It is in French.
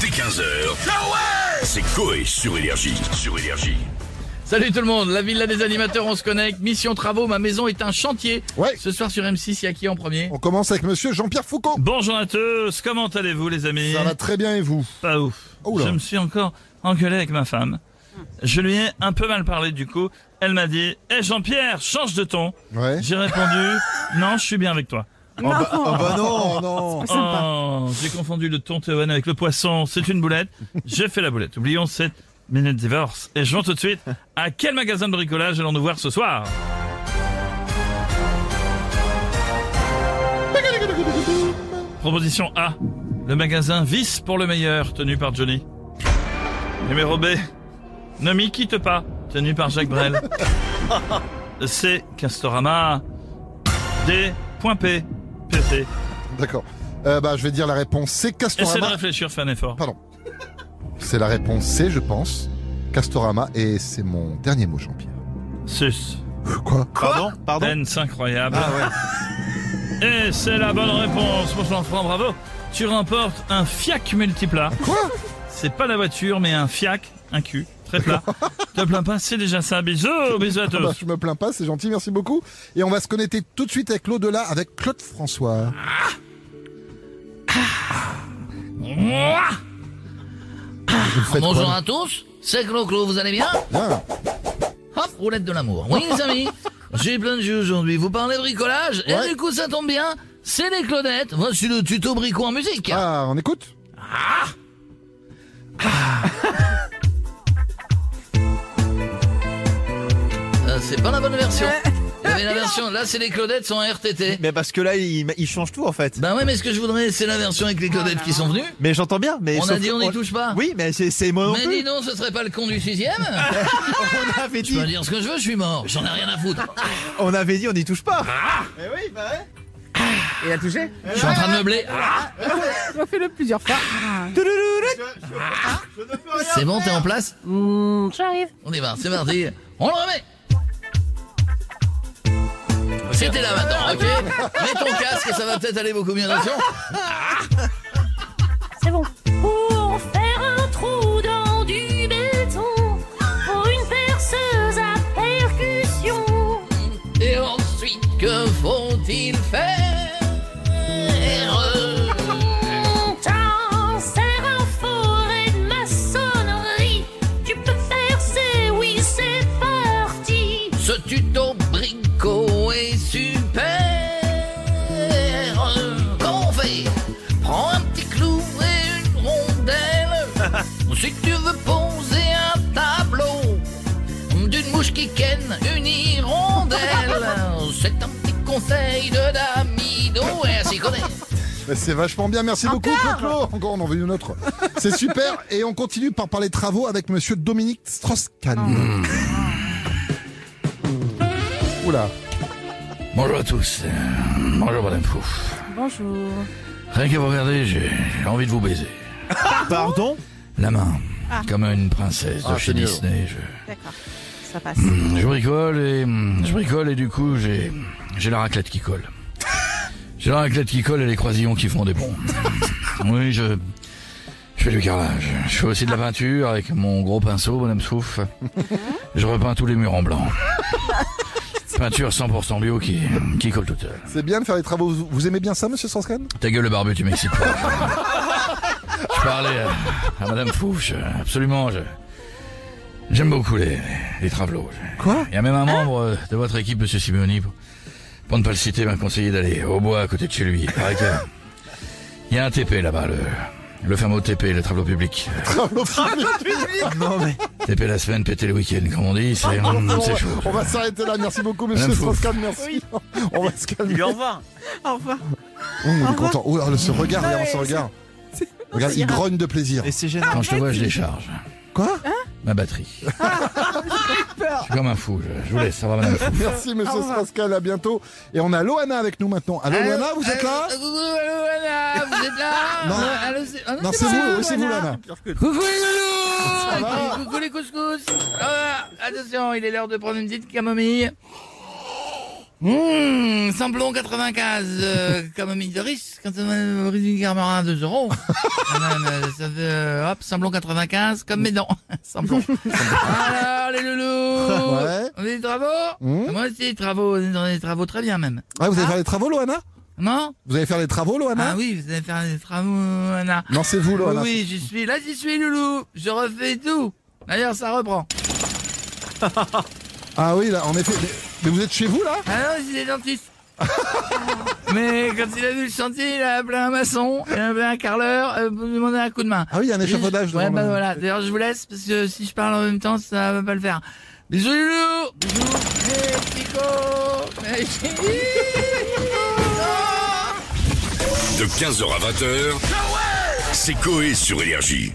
15h, c'est Coé sur Énergie. Sur Énergie. Salut tout le monde, la villa des animateurs, on se connecte. Mission travaux, ma maison est un chantier. Ouais. Ce soir sur M6, il y a qui en premier On commence avec monsieur Jean-Pierre Foucault. Bonjour à tous, comment allez-vous les amis Ça va très bien et vous Pas ouf. Oula. Je me suis encore engueulé avec ma femme. Je lui ai un peu mal parlé du coup. Elle m'a dit "Eh Jean-Pierre, change de ton." Ouais. J'ai répondu "Non, je suis bien avec toi." Oh bah, oh bah non, non. Oh, j'ai confondu le ton Théowen avec le poisson, c'est une boulette. J'ai fait la boulette. Oublions cette minute divorce et jouons tout de suite à quel magasin de bricolage allons-nous voir ce soir Proposition A, le magasin Vice pour le meilleur, tenu par Johnny. Numéro B, Ne m'y quitte pas, tenu par Jacques Brel. C, Castorama. D, Point P, PC. D'accord. Euh, bah je vais dire la réponse C. Essaie de Castorama. réfléchir, fais un effort. Pardon. C'est la réponse C, je pense. Castorama et c'est mon dernier mot, Jean-Pierre. Sus. Quoi Pardon Pardon Dance incroyable. Et c'est la bonne réponse pour jean franc bravo. Tu remportes un fiac multiplat. Quoi C'est pas la voiture, mais un fiac, un cul, très plat. Te plains pas, c'est déjà ça. Bisous, bisous à Ah bah, tous. je me plains pas, c'est gentil, merci beaucoup. Et on va se connecter tout de suite avec l'au-delà avec Claude François. Mouah Vous Ah, faites quoi, Bonjour là à tous, c'est Clo-Clo, vous allez bien Bien. Hop, roulette de l'amour. Oui les amis, j'ai plein de jeux aujourd'hui. Vous parlez bricolage Ouais. et du coup ça tombe bien, c'est les Claudettes. Voici le tuto brico en musique. Ah, on écoute Euh, c'est pas la bonne version. Il y avait la version, là c'est les Claudettes sont en RTT. Mais parce que là, il, il change tout en fait. Ben ouais, mais ce que je voudrais, c'est la version avec les Ah Claudettes qui sont venues. Mais j'entends bien, mais. On a sauf- dit on n'y touche pas. Oui, mais c'est- c'est moi non Mais dis plus. Ah, donc, ce serait pas le con du sixième On avait Je peux dit, dire ce que je veux, je suis mort. J'en ai rien à foutre. on avait dit, on n'y touche pas. Mais oui, bah ouais. Je suis en train de meubler. Ah, Fais-le plusieurs fois. c'est bon, t'es en place J'arrive. On y va, c'est parti. On le remet. C'était là maintenant, ok Mets ton casque, ça va peut-être aller beaucoup mieux. Attention. C'est bon. Pour faire un trou dans du béton, faut une perceuse à percussion. Et ensuite, que faut-il faire T'en sers en forêt de maçonnerie. Tu peux percer, oui, c'est parti. Ce tuto brico est super. Comment on fait Prends un petit clou et une rondelle. si tu veux poser un tableau d'une mouche qui ken une hirondelle, c'est un petit conseil de Damido et elle s'y connaît. Mais C'est vachement bien, merci beaucoup Claude. Encore, on en veut une autre. C'est super et on continue par parler travaux avec monsieur Dominique Ah. Strauss-Kahn. Mmh. Oula, Bonjour à tous. Euh, Bonjour Madame Fouf. Bonjour. Rien qu'à vous regarder, j'ai envie de vous baiser. Pardon La main, comme une princesse de Ah, chez c'est mieux. Disney. Je... Ah. Hmm, D'accord, ça passe. Je bricole et hum, je bricole et du coup j'ai j'ai la raclette qui colle. J'ai la raclette qui colle et les croisillons qui font des ponts. Oui, je je fais du carrelage. Je fais aussi de la Ah. peinture avec mon gros pinceau, Madame Souf. Mhm. Je repeins tous les murs en blanc. Peinture 100% bio qui qui colle toute seule. c'est bien de faire les travaux. Vous vous aimez bien ça, monsieur Strauss-Kahn Ta gueule le barbu, tu m'excites pas. Je parlais à, à Madame Fouche, absolument. je- J'aime beaucoup les, les travelots. Quoi Il y a même un Hein membre euh, de votre équipe, Monsieur Simeoni, pour, pour ne pas le citer, m'a conseillé d'aller au bois à côté de chez lui. Il paraît que- il y a un TP là-bas, le, le fameux TP, le travelot public. Non, mais. TP la semaine, pété le week-end, comme on dit, c'est c'est chaud. Oh, On va s'arrêter là, merci beaucoup monsieur Madame Fouche. Strauss-Kahn, merci. On va se calmer. au revoir. Oh, il est content. Oh, regarde ce regard, regarde ce regard. Regarde, il grogne de plaisir. Et c'est gênant. Quand je te vois, je décharge. Quoi Ah, Ma batterie. Je suis comme un fou, je, je vous laisse, ça va, Madame Fouche. Merci monsieur Strauss-Kahn, à bientôt. Et on a Loana avec nous maintenant. Allô Loana, vous êtes là Coucou Loana, euh, vous êtes là Non. Allô, c'est- ah, Non, c'est pas vous, oui, c'est vous Loana. Coucou les loulous Ça va Coucou les couscous Ah, Attention, il est l'heure de prendre une petite camomille. Mmh, samplon 95, euh, comme un de riche, quand on brise une camarade à 2 euros. Ah, non, mais ça fait, euh, hop, samplon 95, comme mes dents. Samplon. Alors, les loulous. Ouais. On fait des travaux? Mmh. Moi aussi, des travaux, on est des travaux très bien même. Ah, vous allez faire les travaux, Loana Non? Vous allez faire les travaux, Loana Ah oui, vous allez faire des travaux, euh, Anna. Lancez-vous, Loana. Ah. Oui, oui, j'y suis. Là, j'y suis, loulou. Je refais tout. D'ailleurs, ça reprend. Ah oui, là, en effet. Mais, mais vous êtes chez vous, là Ah non, c'est des dentistes. Mais quand il a vu le chantier, il a appelé un maçon, il a appelé un carreleur euh, pour lui demander un coup de main. Ah oui, il y a un échafaudage. Ouais, devant bah le- voilà. D'ailleurs, je vous laisse parce que si je parle en même temps, ça va pas le faire. Bisous, loulou. Bisous, les picots. Ah. Mais j'ai- De 15h à 20h, c'est Coé sur Énergie.